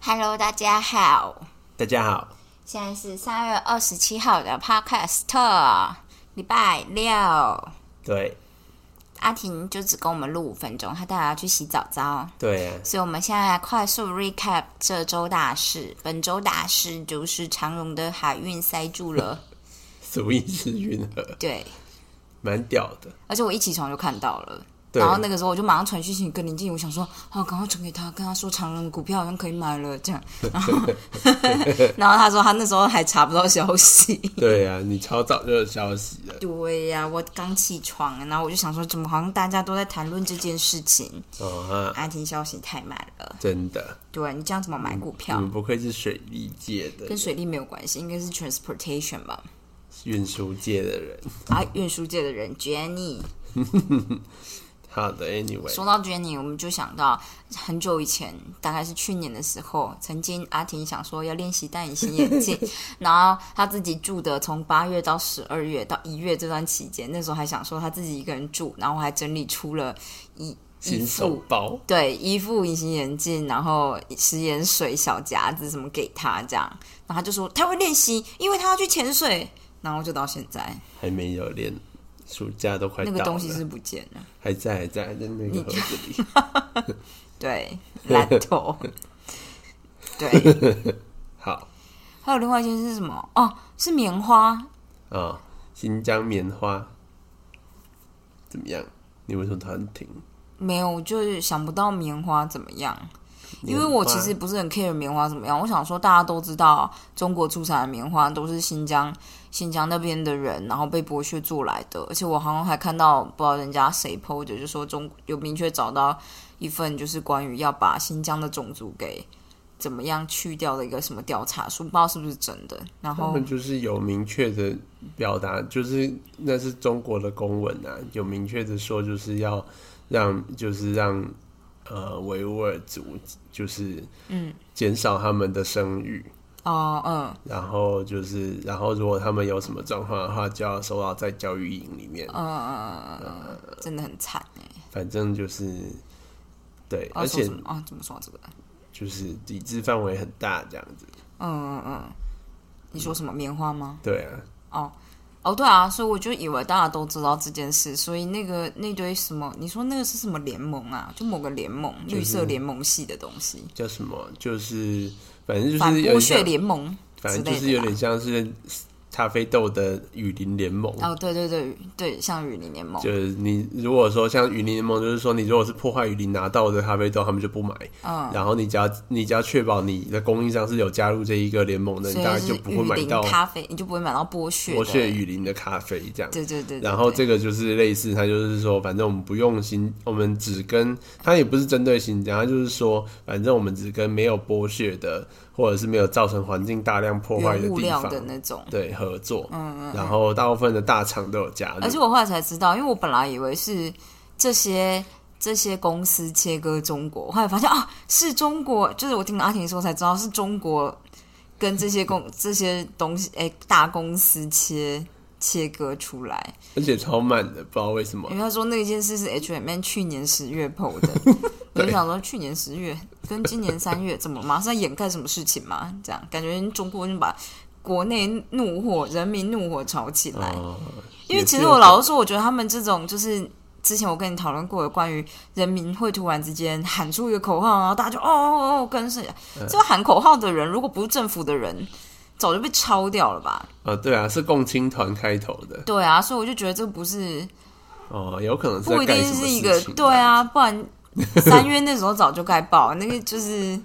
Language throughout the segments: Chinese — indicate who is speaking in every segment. Speaker 1: Hello，大家好，
Speaker 2: 大家好，
Speaker 1: 现在是三月二十七号的 Podcast，礼拜六。
Speaker 2: 对
Speaker 1: 阿婷就只跟我们录五分钟，她带她去洗澡澡，
Speaker 2: 对啊，
Speaker 1: 所以我们现在来快速 recap 这周大事。本周大事就是长荣的海运塞住了，
Speaker 2: 什么意思运河，
Speaker 1: 对，
Speaker 2: 蛮屌的。
Speaker 1: 而且我一起床就看到了。
Speaker 2: 对
Speaker 1: 然后那个时候我就马上传讯息跟林静，我想说，哦，赶快传给他，跟他说长荣的股票好像可以买了这样。然 后，然后他说他那时候还查不到消息。
Speaker 2: 对啊，你超早就有消息了。
Speaker 1: 对呀、我刚起床，然后我就想说，怎么好像大家都在谈论这件事情？
Speaker 2: 哦啊，
Speaker 1: 阿婷消息太慢了，
Speaker 2: 真的，
Speaker 1: 对啊你这样怎么买股
Speaker 2: 你
Speaker 1: 票？
Speaker 2: 们不愧是水利界的
Speaker 1: 跟水利没有关系，应该是 transportation 吧？
Speaker 2: 运输界的人。
Speaker 1: 啊，运输界的人 Jenny，
Speaker 2: 好的，Anyway，
Speaker 1: 说到 Jenny，我们就想到很久以前，大概是去年的时候，曾经阿婷想说要练习戴隐形眼 镜，然后她自己住的从八月到十二月到一月这段期间，那时候还想说她自己一个人住，然后还整理出了一一
Speaker 2: 新手
Speaker 1: 副
Speaker 2: 包
Speaker 1: 对一副隐形眼镜，然后食盐水小夹子什么给她这样，然后她就说她会练习，因为她要去潜水，然后就到现在
Speaker 2: 还没有练，暑假都快
Speaker 1: 那
Speaker 2: 到了，
Speaker 1: 个东西是不见了，
Speaker 2: 还在还在还在那个盒子里。
Speaker 1: 对，烂头，对。
Speaker 2: 好
Speaker 1: 还有另外一件是什么？哦，是棉花。
Speaker 2: 啊、新疆棉花怎么样？你为什么突然停？
Speaker 1: 没有，我就是想不到棉花怎么样，因为
Speaker 2: 棉
Speaker 1: 我
Speaker 2: 花
Speaker 1: 其实不是很 care 棉花怎么样。我想说，大家都知道中国出产的棉花都是新疆新疆那边的人，然后被剥削做来的。而且我好像还看到不知道人家谁 PO 的，就说中有明确找到一份就是关于要把新疆的种族给怎么样去掉的一个什么调查书，不知道是不是真的。然
Speaker 2: 他
Speaker 1: 后
Speaker 2: 们就是有明确的表达，就是那是中国的公文啊，有明确的说就是要让，就是让呃维吾尔族就是
Speaker 1: 嗯
Speaker 2: 减少他们的生育，
Speaker 1: 哦嗯
Speaker 2: 然后就是然后如果他们有什么状况的话，就要收到在教育营里面，
Speaker 1: 嗯嗯嗯嗯，嗯真的很惨哎、
Speaker 2: 反正就是对，
Speaker 1: 啊
Speaker 2: 而
Speaker 1: 说
Speaker 2: 且
Speaker 1: 什么啊，怎么说到这个？
Speaker 2: 就是抵制范围很大这样子，
Speaker 1: 嗯嗯嗯，你说什么棉花吗？
Speaker 2: 对啊，
Speaker 1: 哦，对啊，所以我就以为大家都知道这件事，所以那个那堆什么，你说那个是什么联盟啊？就某个联盟，
Speaker 2: 就是
Speaker 1: 绿色联盟系的东西，
Speaker 2: 叫什么？就是反正就
Speaker 1: 反
Speaker 2: 是有
Speaker 1: 剥
Speaker 2: 点
Speaker 1: 削
Speaker 2: 像。
Speaker 1: 联盟。
Speaker 2: 反正
Speaker 1: 之
Speaker 2: 就
Speaker 1: 类的
Speaker 2: 是有
Speaker 1: 啦
Speaker 2: 点像是咖啡豆的雨林联盟。
Speaker 1: 哦，对对对对，像雨林联盟，
Speaker 2: 就是你如果说像雨林联盟，就是说你如果是破坏雨林拿到的咖啡豆，他们就不买。
Speaker 1: 嗯，
Speaker 2: 然后你只要你只要确保你的供应商是有加入这一个联盟的，
Speaker 1: 所
Speaker 2: 你大概
Speaker 1: 以
Speaker 2: 就是不
Speaker 1: 雨
Speaker 2: 会买
Speaker 1: 林
Speaker 2: 到
Speaker 1: 咖啡，你就不会买到剥削的
Speaker 2: 剥削雨林的咖啡这样。
Speaker 1: 对对对对
Speaker 2: 然后
Speaker 1: 对
Speaker 2: 这个就是类似，它就是说，反正我们不用新，我们只跟它也不是针对新疆，它就是说，反正我们只跟没有剥削的，或者是没有造成环境大量破坏
Speaker 1: 原物
Speaker 2: 地
Speaker 1: 料
Speaker 2: 方
Speaker 1: 的那种。
Speaker 2: 对合作，嗯嗯，然后大部分的大厂都有加入，
Speaker 1: 而且我后来才知道，因为我本来以为是这些这些公司切割中国，后来发现啊，是中国，就是我听阿婷说才知道是中国跟这些公这些东西，哎、大公司切。切割出来，
Speaker 2: 而且超慢的，不知道为什么
Speaker 1: 因为，他说那件事是 H&M 去年十月 PO 的，我就想说去年十月跟今年三月怎么了吗？是在掩盖什么事情吗？这样感觉中国就把国内怒火、人民怒火炒起来。
Speaker 2: 哦，
Speaker 1: 因为
Speaker 2: 也是
Speaker 1: 其
Speaker 2: 有
Speaker 1: 实我老实说，我觉得他们这种就是之前我跟你讨论过的关于人民会突然之间喊出一个口号，然后大家就哦哦哦跟上。
Speaker 2: 嗯
Speaker 1: 这个喊口号的人，如果不是政府的人，早就被抄掉了吧？
Speaker 2: 啊，对啊，是共青团开头的，
Speaker 1: 对啊，所以我就觉得这不是
Speaker 2: 哦，有可能是在
Speaker 1: 不一
Speaker 2: 干
Speaker 1: 定
Speaker 2: 什么
Speaker 1: 是一
Speaker 2: 事
Speaker 1: 个
Speaker 2: 情
Speaker 1: 对，啊，不然 三月那时候早就该爆，那个就是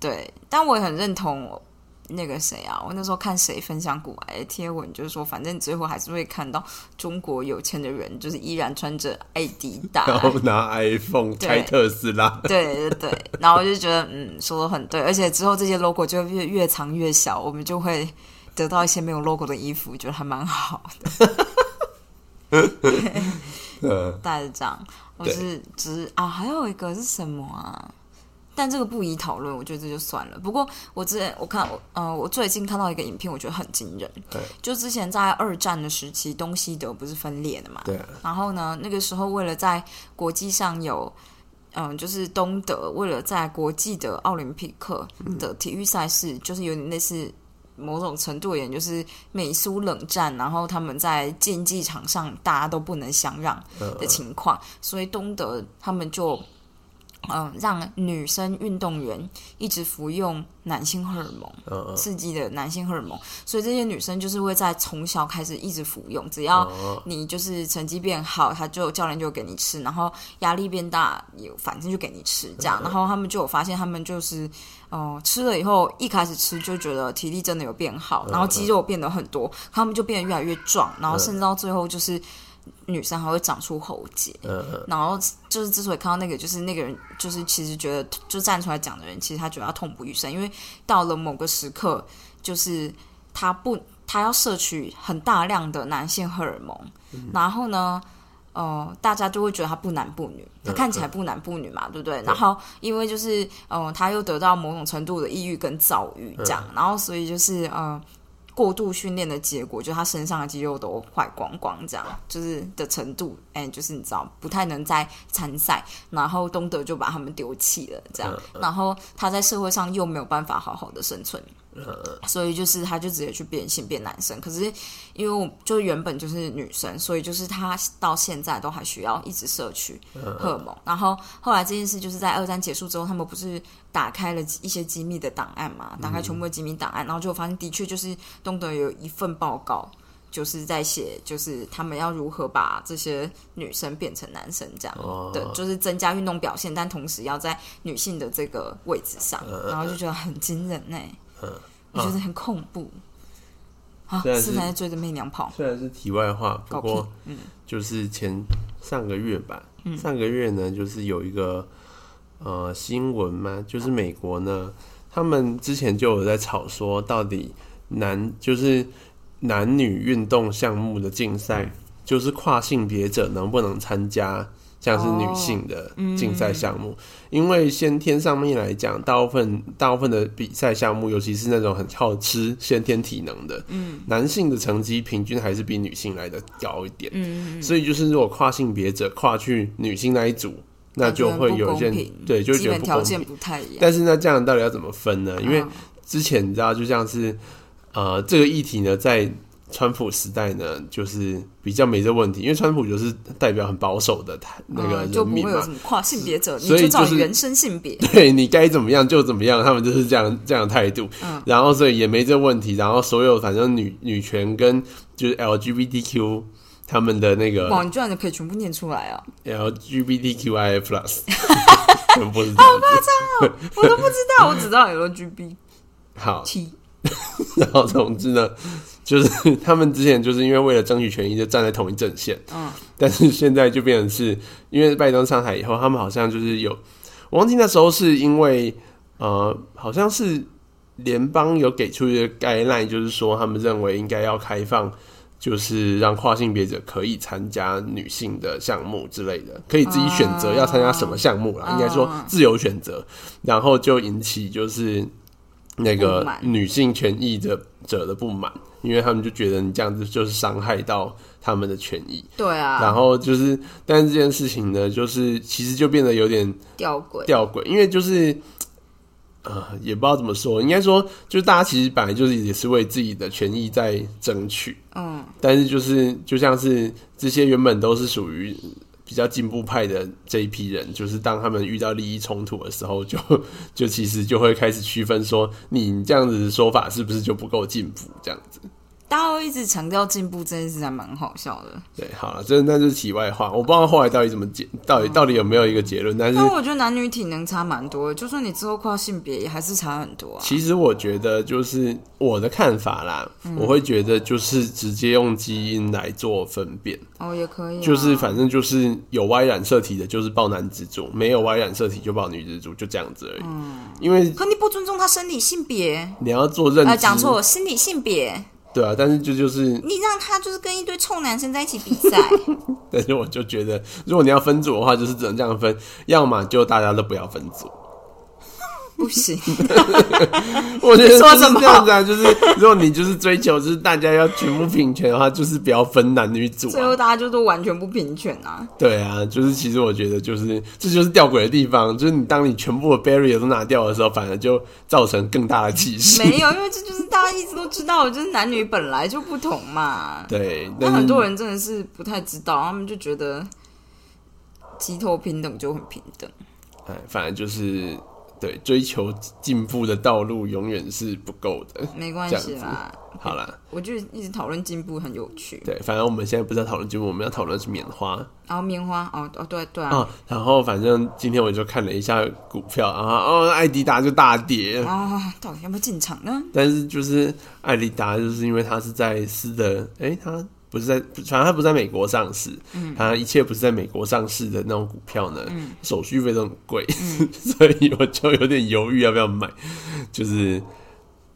Speaker 1: 对，但我也很认同。那个谁啊，我那时候看谁分享古埃的贴文，就是说，反正最后还是会看到中国有钱的人，就是依然穿着艾迪 达，
Speaker 2: 然后拿 iPhone
Speaker 1: 对
Speaker 2: 开特斯拉，
Speaker 1: 对对对，然后我就觉得，嗯，说的很对，而且之后这些 logo 就会越越长越小，我们就会得到一些没有 logo 的衣服，觉得还蛮好的，
Speaker 2: 嗯，
Speaker 1: 大概是这样。我是只是啊，还有一个是什么啊？但这个不宜讨论，我觉得这就算了。不过我之前我看我呃，我最近看到一个影片，我觉得很惊人。
Speaker 2: 对，
Speaker 1: 就之前在二战的时期，东西德不是分裂的嘛？
Speaker 2: 对啊，
Speaker 1: 然后呢，那个时候为了在国际上有嗯，就是东德为了在国际的奥林匹克的
Speaker 2: 嗯
Speaker 1: 体育赛事，就是有点类似某种程度而言，就是美苏冷战，然后他们在竞技场上大家都不能相让
Speaker 2: 呃
Speaker 1: 的情况，所以东德他们就。嗯，让女生运动员一直服用男性荷尔蒙，
Speaker 2: 呃
Speaker 1: 刺激的男性荷尔蒙，所以这些女生就是会在从小开始一直服用，只要
Speaker 2: 哦，
Speaker 1: 你就是成绩变好，他就教练就给你吃，然后压力变大，也反正就给你吃这样。然后他们就有发现，他们就是哦、呃吃了以后，一开始吃就觉得体力真的有变好，然后肌肉变得很多，他们就变得越来越壮，然后甚至到最后就是女生还会长出喉结。
Speaker 2: 呃
Speaker 1: 然后就是之所以看到那个，就是那个人就是其实觉得就站出来讲的人，其实他觉得他痛不欲生，因为到了某个时刻，就是他不他要摄取很大量的男性荷尔蒙，然后呢。呃，大家就会觉得他不男不女，他看起来不男不女嘛，对不对？然后因为就是，呃，他又得到某种程度的抑郁跟躁郁这样，然后所以就是，呃，过度训练的结果，就是他身上的肌肉都坏光光，这样就是的程度，哎、就是你知道不太能再参赛，然后东德就把他们丢弃了，这样，然后他在社会上又没有办法好好的生存，所以就是他就直接去变性变男生，可是因为我就原本就是女生，所以就是她到现在都还需要一直摄取荷尔蒙。然后后来这件事就是在二战结束之后，他们不是打开了一些机密的档案嘛，打开全部的机密档案，然后就发现的确就是东德有一份报告。就是在写，就是他们要如何把这些女生变成男生这样，
Speaker 2: 哦
Speaker 1: 对，就是增加运动表现，但同时要在女性的这个位置上，然后就觉得很惊人呢、我觉得很恐怖。啊，
Speaker 2: 虽然
Speaker 1: 是
Speaker 2: 是
Speaker 1: 嗯在追着媚娘跑，
Speaker 2: 虽然是题外话，不
Speaker 1: 搞
Speaker 2: 过
Speaker 1: 屁，嗯，
Speaker 2: 就是前上个月吧，上个月呢，就是有一个呃新闻嘛，就是美国呢，他们之前就有在吵说，到底男就是男女运动项目的竞赛，就是跨性别者能不能参加，像是女性的竞赛项目，因为先天上面来讲，大部分大部分的比赛项目，尤其是那种很靠吃先天体能的，嗯，男性的成绩平均还是比女性来的高一点，嗯，所以就是如果跨性别者跨去女性那一组，那就会有一
Speaker 1: 感觉很不
Speaker 2: 件
Speaker 1: 公平
Speaker 2: 对，就会
Speaker 1: 基
Speaker 2: 觉得
Speaker 1: 本
Speaker 2: 不
Speaker 1: 条
Speaker 2: 公平
Speaker 1: 件。不太一样。
Speaker 2: 但是那这样到底要怎么分呢？因为
Speaker 1: 嗯
Speaker 2: 之前你知道，就像是呃，这个议题呢，在川普时代呢，就是比较没这问题，因为川普就是代表很保守的他那个
Speaker 1: 嗯就
Speaker 2: 人
Speaker 1: 不
Speaker 2: 民
Speaker 1: 会
Speaker 2: 嘛
Speaker 1: 有什，么跨性别者，你
Speaker 2: 所以
Speaker 1: 就照
Speaker 2: 就是
Speaker 1: 你原生性别。
Speaker 2: 对你该怎么样就怎么样，他们就是这样这样的态度。
Speaker 1: 嗯
Speaker 2: 然后所以也没这问题，然后所有反正女女权跟就是 LGBTQ 他们的那个
Speaker 1: 哇，你居然可以全部念出来哦！
Speaker 2: LGBTQI plus，全部是这样子。
Speaker 1: 我都不知道，我只知道 LGBT。
Speaker 2: 好， 然后总之呢，就是他们之前就是因为为了争取权益就站在同一阵线，
Speaker 1: 嗯，
Speaker 2: 但是现在就变成是因为拜登上台以后，他们好像就是有，我忘记那时候是因为呃，好像是联邦有给出一个概赖，就是说他们认为应该要开放。就是让跨性别者可以参加女性的项目之类的，可以自己选择要参加什么项
Speaker 1: 啊
Speaker 2: 目啦，应该说自由选择，然后就引起就是那
Speaker 1: 不
Speaker 2: 个
Speaker 1: 满
Speaker 2: 女性权益的者的不满，因为他们就觉得你这样子就是伤害到他们的权益。
Speaker 1: 对
Speaker 2: 然
Speaker 1: 啊，
Speaker 2: 后就是，但是这件事情呢，就是其实就变得有点
Speaker 1: 吊诡。
Speaker 2: 吊诡，因为就是。呃，也不知道怎么说，应该说，就是大家其实本来就是也是为自己的权益在争取，
Speaker 1: 嗯，
Speaker 2: 但是就是就像是这些原本都是属于比较进步派的这一批人，就是当他们遇到利益冲突的时候就， 就其实就会开始区分说，你这样子的说法是不是就不够进步？这样子，
Speaker 1: 大家会一直强调进步这件事，还蛮好笑的。
Speaker 2: 对，好了，这那就是题外话，我不知道后来到底怎么结，到底到底有没有一个结论，但是
Speaker 1: 但我觉得男女体能差蛮多的，就算你之后跨性别，也还是差很多啊。
Speaker 2: 其实我觉得就是我的看法啦，
Speaker 1: 嗯
Speaker 2: 我会觉得就是直接用基因来做分辨。
Speaker 1: 哦，也可以啊，
Speaker 2: 就是反正就是有 Y 染色体的，就是抱男之主；没有 Y 染色体就抱女之主，就这样子而已。
Speaker 1: 嗯
Speaker 2: 因为
Speaker 1: 可你不尊重他生理性别，
Speaker 2: 你要做认知，
Speaker 1: 呃，讲错，生理性别，
Speaker 2: 对啊。但是就就是，
Speaker 1: 你让他就是跟一堆臭男生在一起比赛，
Speaker 2: 但是我就觉得， 如果你要分组的话，就是只能这样分，要么就大家都不要分组，
Speaker 1: 不行，
Speaker 2: 我觉得
Speaker 1: 说
Speaker 2: 就是
Speaker 1: 什么
Speaker 2: 这样子啊，就是如果你就是追求就是大家要全部平权的话，就是不要分男女组
Speaker 1: 最后
Speaker 2: 啊。
Speaker 1: 大家就都完全不平权啊！
Speaker 2: 对啊，就是其实我觉得就是这就是吊诡的地方，就是你当你全部的 barrier 都拿掉的时候，反而就造成更大的歧视。
Speaker 1: 没有，因为这就是大家一直都知道，就是男女本来就不同嘛。
Speaker 2: 对，
Speaker 1: 但
Speaker 2: 但是
Speaker 1: 很多人真的是不太知道，他们就觉得鸡头平等就很平等。
Speaker 2: 哎，反正就是对追求进步的道路永远是不够 的。
Speaker 1: 没关系啦，
Speaker 2: 好啦，
Speaker 1: 我就一直讨论进步很有趣。
Speaker 2: 对，反正我们现在不是要讨论进步，我们要讨论的是棉花
Speaker 1: 然后棉花，哦哦，对对
Speaker 2: 啊、
Speaker 1: 啊，
Speaker 2: 然后反正今天我就看了一下股票，然后哦，艾迪达就大跌。
Speaker 1: 啊，到底要不要进场呢？
Speaker 2: 但是就是艾丽达，就是因为它是在斯的，诶、它不是在，反正它不是在美国上市，它一切不是在美国上市的那种股票呢，手续费都很贵， 所以我就有点犹豫要不要买，就是。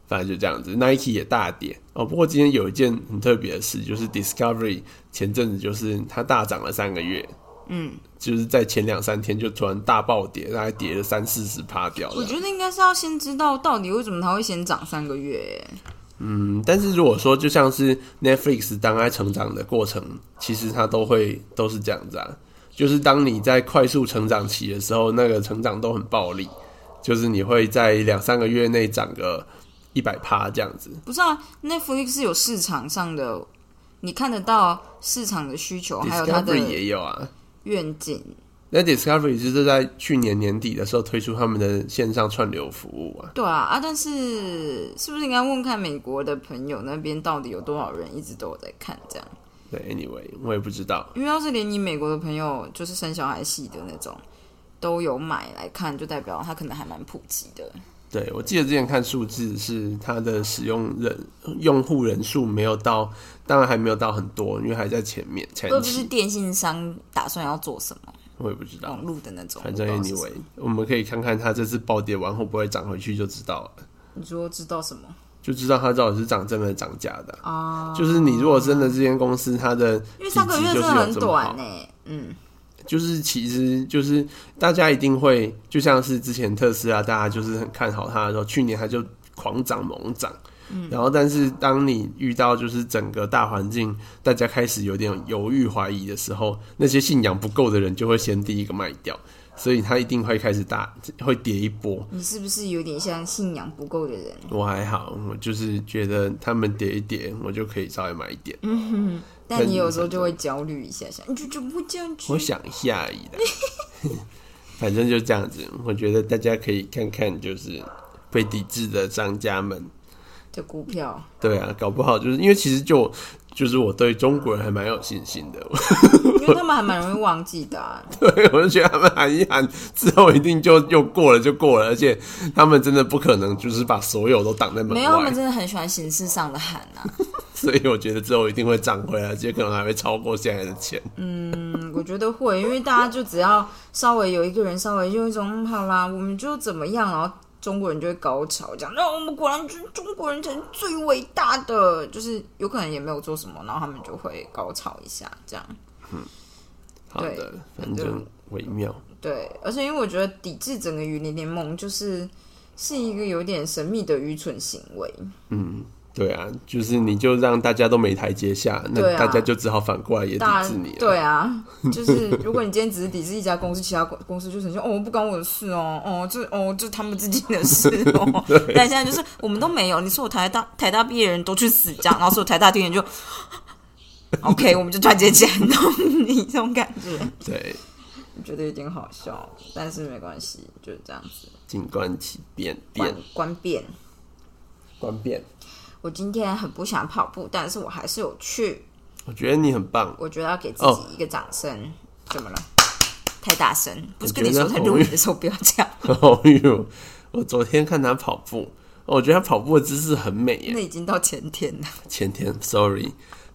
Speaker 2: 反正就这样子，Nike 也大跌哦。不过今天有一件很特别的事，就是 Discovery 前阵子就是它大涨了三个月，
Speaker 1: 嗯，
Speaker 2: 就是在前两三天就突然大暴跌，大概跌了三四十趴掉了。
Speaker 1: 我觉得应该是要先知道到底为什么它会先涨三个月。
Speaker 2: 嗯，但是如果说就像是 Netflix 当它成长的过程，其实它都会都是这样子啊，就是当你在快速成长期的时候，那个成长都很暴力，就是你会在两三个月内涨个一百趴这样子。
Speaker 1: 不是啊，Netflix 是有市场上的，你看得到市场的需求，哦还有它
Speaker 2: Discovery 也
Speaker 1: 的
Speaker 2: 有啊，
Speaker 1: 愿景。
Speaker 2: 那 Discovery 就是在去年年底的时候推出他们的线上串流服务啊。
Speaker 1: 对啊啊，但是是不是应该问看美国的朋友那边到底有多少人一直都有在看这样？
Speaker 2: 对，anyway，我也不知道。
Speaker 1: 因为要是连你美国的朋友就是生小孩系的那种都有买来看，就代表它可能还蛮普及的。
Speaker 2: 对，我记得之前看数字是它的使用人用户人数没有到，当然还没有到很多，因为还在前面前
Speaker 1: 会不是
Speaker 2: 期，
Speaker 1: 电信商打算要做什么
Speaker 2: 我也不知道
Speaker 1: 网。络的那种？
Speaker 2: 反正
Speaker 1: 我不知道
Speaker 2: anyway，我们可以看看它这次暴跌完会不会涨回去就知道了，
Speaker 1: 你说知道什么
Speaker 2: 就知道它到底是涨真的涨假的。
Speaker 1: 啊？
Speaker 2: 就是你如果真的这间公司它的
Speaker 1: 因为三个月真的很短呢、嗯，
Speaker 2: 就是其实就是大家一定会，就像是之前特斯拉，大家就是很看好它的时候，去年它就狂涨猛涨。然后，但是当你遇到就是整个大环境，大家开始有点犹豫怀疑的时候，那些信仰不够的人就会先第一个卖掉，所以它一定会开始大会跌一波。
Speaker 1: 你是不是有点像信仰不够的人？
Speaker 2: 我还好，我就是觉得他们跌一跌，我就可以稍微买一点。
Speaker 1: 但你有时候就会焦虑一下，想你就就不会这样
Speaker 2: 我
Speaker 1: 子。
Speaker 2: 想一下而已啦， 反正就这样子。我觉得大家可以看看，就是被抵制的商家们，
Speaker 1: 的股票，
Speaker 2: 对啊，搞不好就是因为其实就就是我对中国人还蛮有信心的，
Speaker 1: 因为他们还蛮容易忘记的、啊。
Speaker 2: 对，我就觉得他们喊一喊之后一定就又过了就过了，而且他们真的不可能就是把所有都挡在门
Speaker 1: 没有，他
Speaker 2: 外
Speaker 1: 们，真的很喜欢形式上的喊啊。
Speaker 2: 所以我觉得之后一定会涨回来，而且可能还会超过现在的钱。
Speaker 1: 嗯，我觉得会，因为大家就只要稍微有一个人稍微用一种嗯好啦，我们就怎么样，然后中国人就会高潮，讲那我 们果然就是中国人才是最伟大的，就是有可能也没有做什么，然后他们就会高潮一下这样。
Speaker 2: 好的，反正微妙。
Speaker 1: 对，而且因为我觉得抵制整个雨林联盟就是是一个有点神秘的愚蠢行为，
Speaker 2: 嗯，对啊，就是你就让大家都没台阶下，那
Speaker 1: 对啊
Speaker 2: 大家就只好反过来也抵
Speaker 1: 大
Speaker 2: 制你了。
Speaker 1: 对啊， 就是如果你今天只是抵制一家公司，其他公公司就很说哦不关我的事哦，哦这哦这他们自己的事 哦。但现在就是我们都没有，你说我台大台大毕业的人都去死这样，然后说我台大毕业人就 OK，我们就团结起来弄你这种感觉，
Speaker 2: 对，
Speaker 1: 我觉得有点好笑，但是没关系，就是这样子
Speaker 2: 静观其变，
Speaker 1: 观
Speaker 2: 变
Speaker 1: 观变。
Speaker 2: 观变。
Speaker 1: 我今天很不想跑步，但是我还是有去，
Speaker 2: 我觉得你很棒，
Speaker 1: 我觉得要给自
Speaker 2: 哦
Speaker 1: 己一个掌声。怎么了？太大声！不是
Speaker 2: 我
Speaker 1: 跟你
Speaker 2: 觉
Speaker 1: 说
Speaker 2: 得
Speaker 1: 在
Speaker 2: 好
Speaker 1: 录
Speaker 2: 晕
Speaker 1: 影的时候不要这样。
Speaker 2: 哦呦！我昨天看他跑步，哦我觉得他跑步的姿势很美耶。
Speaker 1: 那已经到前天 了，
Speaker 2: 前天，sorry。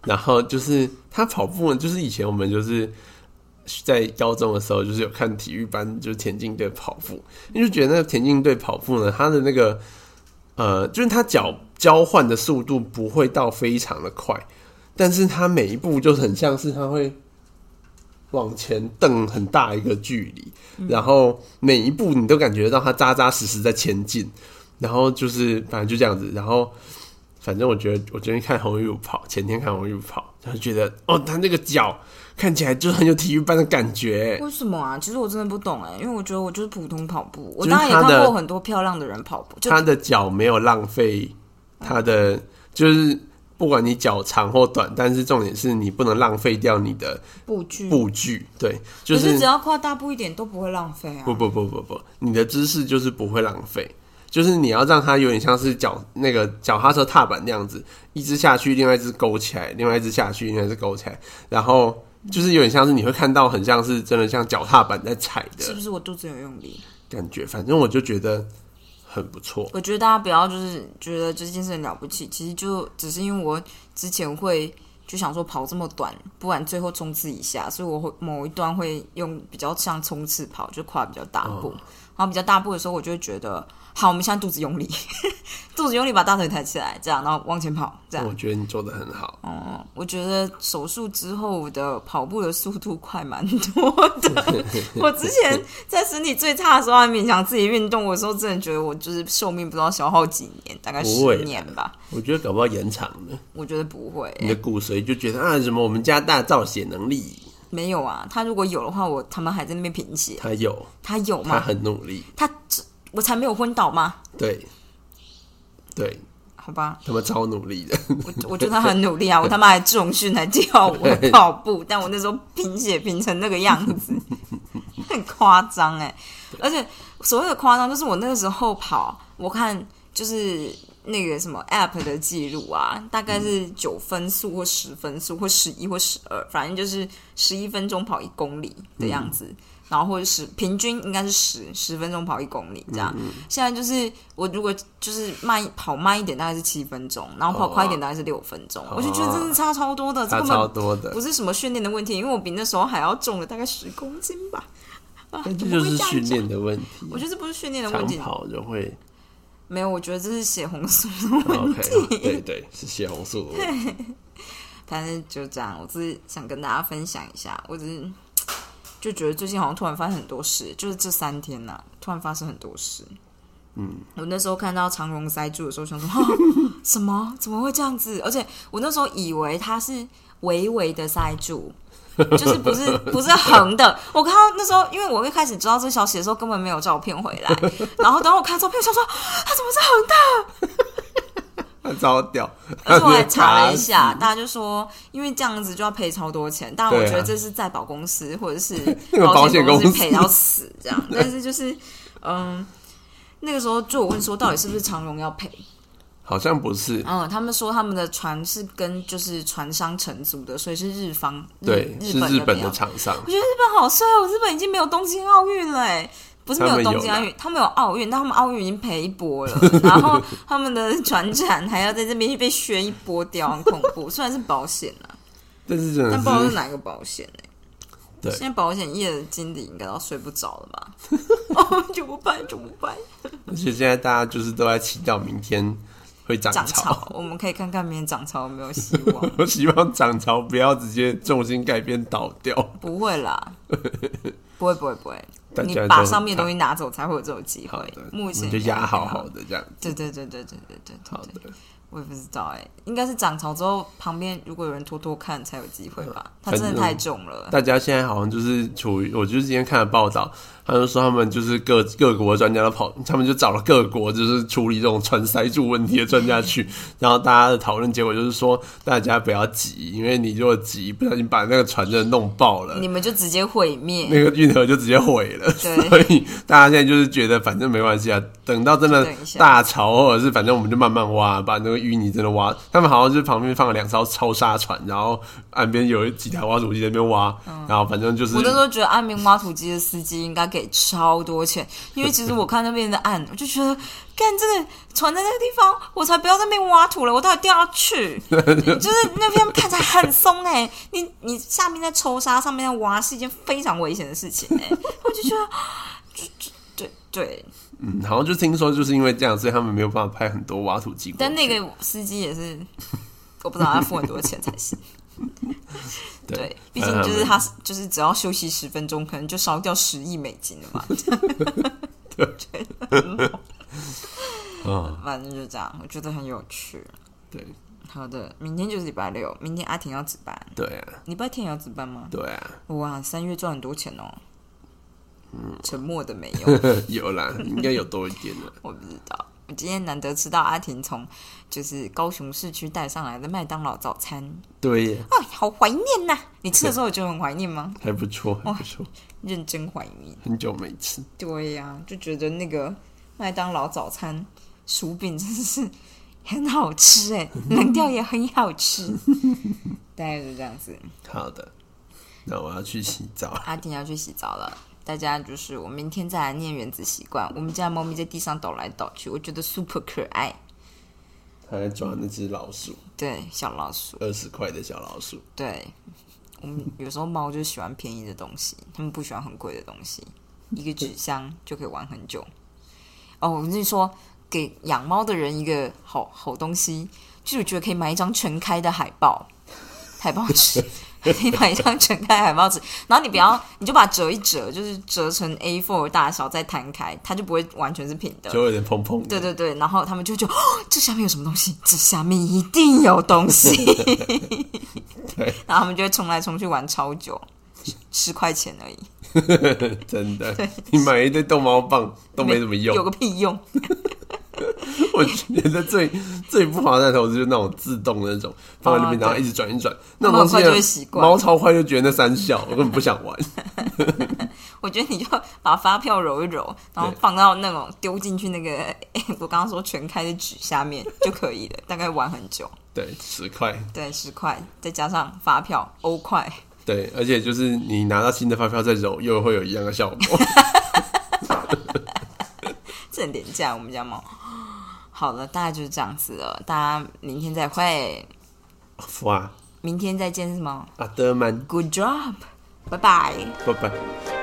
Speaker 2: 然后就是他跑步，就是以前我们就是在高中的时候，就是有看体育班，就是田径队跑步，你就觉得那个田径队跑步呢，他的那个呃，就是他脚交换的速度不会到非常的快，但是他每一步就很像是他会。往前蹬很大一个距离，然后每一步你都感觉到它扎扎实实在前进，然后就是反正就这样子，然后反正我觉得我昨天看红玉舞跑，前天看红玉舞跑，然后觉得哦，他那个脚看起来就是很有体育班的感觉，
Speaker 1: 为什么啊？其实我真的不懂哎、因为我觉得我就是普通跑步，我
Speaker 2: 就是
Speaker 1: 当然也
Speaker 2: 他的
Speaker 1: 看过很多漂亮的人跑步，就
Speaker 2: 他的脚没有浪费他的，就是不管你脚长或短，但是重点是你不能浪费掉你的
Speaker 1: 步距。
Speaker 2: 步距，对，就
Speaker 1: 可
Speaker 2: 是
Speaker 1: 是只要跨大步一点都不会浪费啊
Speaker 2: 不。不不不不，你的姿势就是不会浪费，就是你要让它有点像是脚那个脚踏车踏板那样子，一只下去，另外一只勾起来，另外一只下去，另外一只勾起来，然后就是有点像是你会看到很像是真的像脚踏板在踩
Speaker 1: 是
Speaker 2: 的
Speaker 1: 不是我肚子有用力？
Speaker 2: 感觉，反正我就觉得很不错。
Speaker 1: 我觉得大家不要就是觉得这件事很了不起，其实就只是因为我之前会就想说跑这么短，不然最后冲刺一下，所以我会某一段会用比较像冲刺跑，就跨比较大步。然后比较大步的时候，我就会觉得，好，我们现在肚子用力， 肚子用力把大腿抬起来，这样，然后往前跑，这样。
Speaker 2: 我觉得你做的很好，
Speaker 1: 哦，我觉得手术之后我的跑步的速度快蛮多 的。我之前在身体最差的时候还勉强自己运动，我说真的觉得我就是寿命不知道消耗几年，大概
Speaker 2: 不会
Speaker 1: 十
Speaker 2: 啊啦
Speaker 1: 年吧。
Speaker 2: 我觉得搞不好延长了，
Speaker 1: 我觉得不会、
Speaker 2: 你的骨髓就觉得啊，什么我们家大造血能力，
Speaker 1: 没有啊。他如果有的话，我他们还在那边贫血。
Speaker 2: 他有，
Speaker 1: 他有
Speaker 2: 他
Speaker 1: 吗？
Speaker 2: 很努力，
Speaker 1: 他我才没有昏倒吗？
Speaker 2: 对，对
Speaker 1: 好吧，
Speaker 2: 他们超努 力的。
Speaker 1: 我我觉得他很努力啊，我他妈还重训还跳舞还跑步，但我那时候贫血贫成那个样子，很夸张哎！而且所谓的夸张，就是我那个时候跑，我看就是那个什么 app 的记录啊，大概是九分速或十分速或十一或十二，反正就是十一分钟跑一公里的样子。然后或者十平均应该是十十分钟跑一公里这样，
Speaker 2: 嗯
Speaker 1: 现在就是我如果就是慢跑慢一点大概是七分钟，然后跑快一点大概是六分钟，我就觉得真的差超多的，这
Speaker 2: 哦差
Speaker 1: 根
Speaker 2: 超
Speaker 1: 本
Speaker 2: 多的
Speaker 1: 不，是什么训练的问题，因为我比那时候还要重了大概十公斤吧。啊，
Speaker 2: 但
Speaker 1: 怎
Speaker 2: 这
Speaker 1: 么
Speaker 2: 就
Speaker 1: 会
Speaker 2: 是
Speaker 1: 样
Speaker 2: 训
Speaker 1: 讲，
Speaker 2: 练的问题。啊
Speaker 1: 我觉得这不是训练的问
Speaker 2: 长
Speaker 1: 题，
Speaker 2: 跑就会哦
Speaker 1: 没有，我觉得这是血红素的问题。哎
Speaker 2: OK，好对对，是血红素的问 题。
Speaker 1: 但是就这样，我只是想跟大家分享一下，我只是就觉得最近好像突然发生很多事，就是这三天呐、突然发生很多事。嗯，我那时候看到长荣塞住的时候，想说、 哦、什么？怎么会这样子？而且我那时候以为他是微微的塞住。就是不是不是横的，我看到那时候，因为我一开始知道这消息的时候，根本没有照片回来，然后等我看照片，我想说他怎么是横的？
Speaker 2: 他超屌，
Speaker 1: 而 且我还查了一下，大家就说，因为这样子就要赔超多钱，但我
Speaker 2: 对啊
Speaker 1: 觉得这是在保公司或者是
Speaker 2: 那个保险
Speaker 1: 公
Speaker 2: 公司
Speaker 1: 赔到死这 样，但是就是嗯。那个时候就我问说，到底是不是长荣要赔？
Speaker 2: 好像不是，
Speaker 1: 嗯，他们说他们的船是跟就是船商承租的，所以是日方日
Speaker 2: 对，
Speaker 1: 日
Speaker 2: 是
Speaker 1: 本
Speaker 2: 日
Speaker 1: 那
Speaker 2: 本
Speaker 1: 边
Speaker 2: 的厂商，
Speaker 1: 我觉得日本好衰哦，日本已经没有东京奥运了哎，不是没
Speaker 2: 他们有
Speaker 1: 东京奥运，他们有奥运，但他们奥运已经赔一波了，然后他们的船产还要在这边被削一波掉，很恐 怖。虽然是保险啊，
Speaker 2: 但是真
Speaker 1: 但不知道
Speaker 2: 的
Speaker 1: 是
Speaker 2: 是
Speaker 1: 哪个保险哎、
Speaker 2: 对
Speaker 1: 现在保险业的经理应该都睡不着了 吧？哦，怎么办？怎么办？，
Speaker 2: 而且现在大家就是都在祈祷明天会 涨
Speaker 1: 涨
Speaker 2: 潮。
Speaker 1: 潮，我们可以看看明天涨潮有没有希望。
Speaker 2: 我希望涨潮不要直接重心改变倒掉。
Speaker 1: 不会啦，不会不会不会，
Speaker 2: 大
Speaker 1: 你
Speaker 2: 家都
Speaker 1: 把
Speaker 2: 很
Speaker 1: 上面的
Speaker 2: 怕
Speaker 1: 东西拿走才会有这种机会
Speaker 2: 好的，。
Speaker 1: 目前
Speaker 2: 我们就压好
Speaker 1: 好
Speaker 2: 好的这样。
Speaker 1: 对对对对对对对，
Speaker 2: 好的，
Speaker 1: 我也不知道哎、应该是涨潮之后旁边如果有人偷偷看才有机会吧，它真的
Speaker 2: 呃反正
Speaker 1: 太重了。
Speaker 2: 大家现在好像就是处于，我就是今天看了报道，他们说他们就是 各各国专家都跑，他们就找了各国就是处理这种穿塞住问题的专家 去，然后大家的讨论结果就是说，大家不要急，因为你如果急，不小心把那个船真的弄爆了。
Speaker 1: 你们就直接毁灭，
Speaker 2: 那个运河就直接毁了， 所
Speaker 1: 对
Speaker 2: 以大家现在就是觉得反正没关系啊，等到真的
Speaker 1: 就等一下
Speaker 2: 大潮或者是反正我们就慢慢挖，把那个淤泥真的挖。他们好像就是旁边放了两艘超沙船，然后岸边有几台挖土机在那边挖，然后反正就是
Speaker 1: 嗯我那时候觉得岸边挖土机的司机应该给超多钱，因为其实我看那边的岸，我就觉得，干这个船在那个地方，我才不要在那边挖土了，我到底掉下 去，就是那边看起来很松哎、你你下面在抽沙，上面在挖，是一件非常危险的事情哎、我就觉得， 就就对对，
Speaker 2: 嗯，好像就听说就是因为这样，所以他们没有办法派很多挖土机过去。
Speaker 1: 但那个司机也是，我不知道他付很多钱才行。
Speaker 2: 对
Speaker 1: 对，毕竟就是他就是只要休息十分钟，可能就烧掉十亿美金了嘛。
Speaker 2: 啊，
Speaker 1: 反正就这样，我觉得很有趣。
Speaker 2: 对
Speaker 1: 好的，明天就是礼拜六，明天阿婷要值班，
Speaker 2: 对啊，
Speaker 1: 礼拜天也要值班吗？
Speaker 2: 对啊，
Speaker 1: 哇，三月赚很多钱哦。 沉默的没有，
Speaker 2: 有啦，应该有多一点的。
Speaker 1: 我不知道。我今天难得吃到阿婷从就是高雄市区带上来的麦当劳早餐，
Speaker 2: 对耶，
Speaker 1: 哎，好怀念呐、你吃的时候就很怀念吗？
Speaker 2: 还不错，还不错，
Speaker 1: 认真怀念。
Speaker 2: 很久没吃。
Speaker 1: 对呀、就觉得那个麦当劳早餐薯饼真的是 很好吃哎，冷掉也很好吃，大概是这样子。
Speaker 2: 好的，那我要去洗澡。
Speaker 1: 阿婷要去洗澡了，大家就是我明天再来念原子习惯。我们家猫咪在地上抖来抖去，我觉得 super 可爱。
Speaker 2: 他在抓那只老鼠，
Speaker 1: 对，小老鼠，
Speaker 2: 二十块的小老鼠。
Speaker 1: 对我们有时候猫就喜欢便宜的东西，它们不喜欢很贵的东西，一个纸箱就可以玩很久。哦，我跟你说，给养猫的人一个好好东西，就是我觉得可以买一张全开的海报， 海报纸。可以买一张全开海报纸，然后你不要，你就把它折一折，就是折成 A4 大小再摊开，它就不会完全是平的。
Speaker 2: 就有点砰砰的。
Speaker 1: 对对对，然后他们就就、哦、这下面有什么东西，这下面一定有东 西，然后他们就会冲来冲去玩超久，十块钱而已，
Speaker 2: 真的，你买一堆逗猫棒都没怎么用
Speaker 1: 有。个屁用！
Speaker 2: 我觉得最最不划算的投资就是那种自动的那种，放在那边
Speaker 1: 哦
Speaker 2: 然后一直转一转，那种东西
Speaker 1: 猫很快就会
Speaker 2: 呢
Speaker 1: 习惯
Speaker 2: 猫超快就觉得那三笑，我根本不想玩。
Speaker 1: 我觉得你就把发票揉一揉，然后
Speaker 2: 对
Speaker 1: 放到那种丢进去那个、 我刚刚说全开的纸下面就可以了，大概玩很久。
Speaker 2: 对，十块，
Speaker 1: 对，十块再加上发票欧块，
Speaker 2: 对，而且就是你拿到新的发票再揉，又会有一样的效 果。
Speaker 1: 这很廉价。我们家猫。好了，大概就是这样子了，大家明天再会，
Speaker 2: 哇，
Speaker 1: 明天再见是吗
Speaker 2: 阿德曼，
Speaker 1: ？Good job，拜拜。
Speaker 2: 拜拜。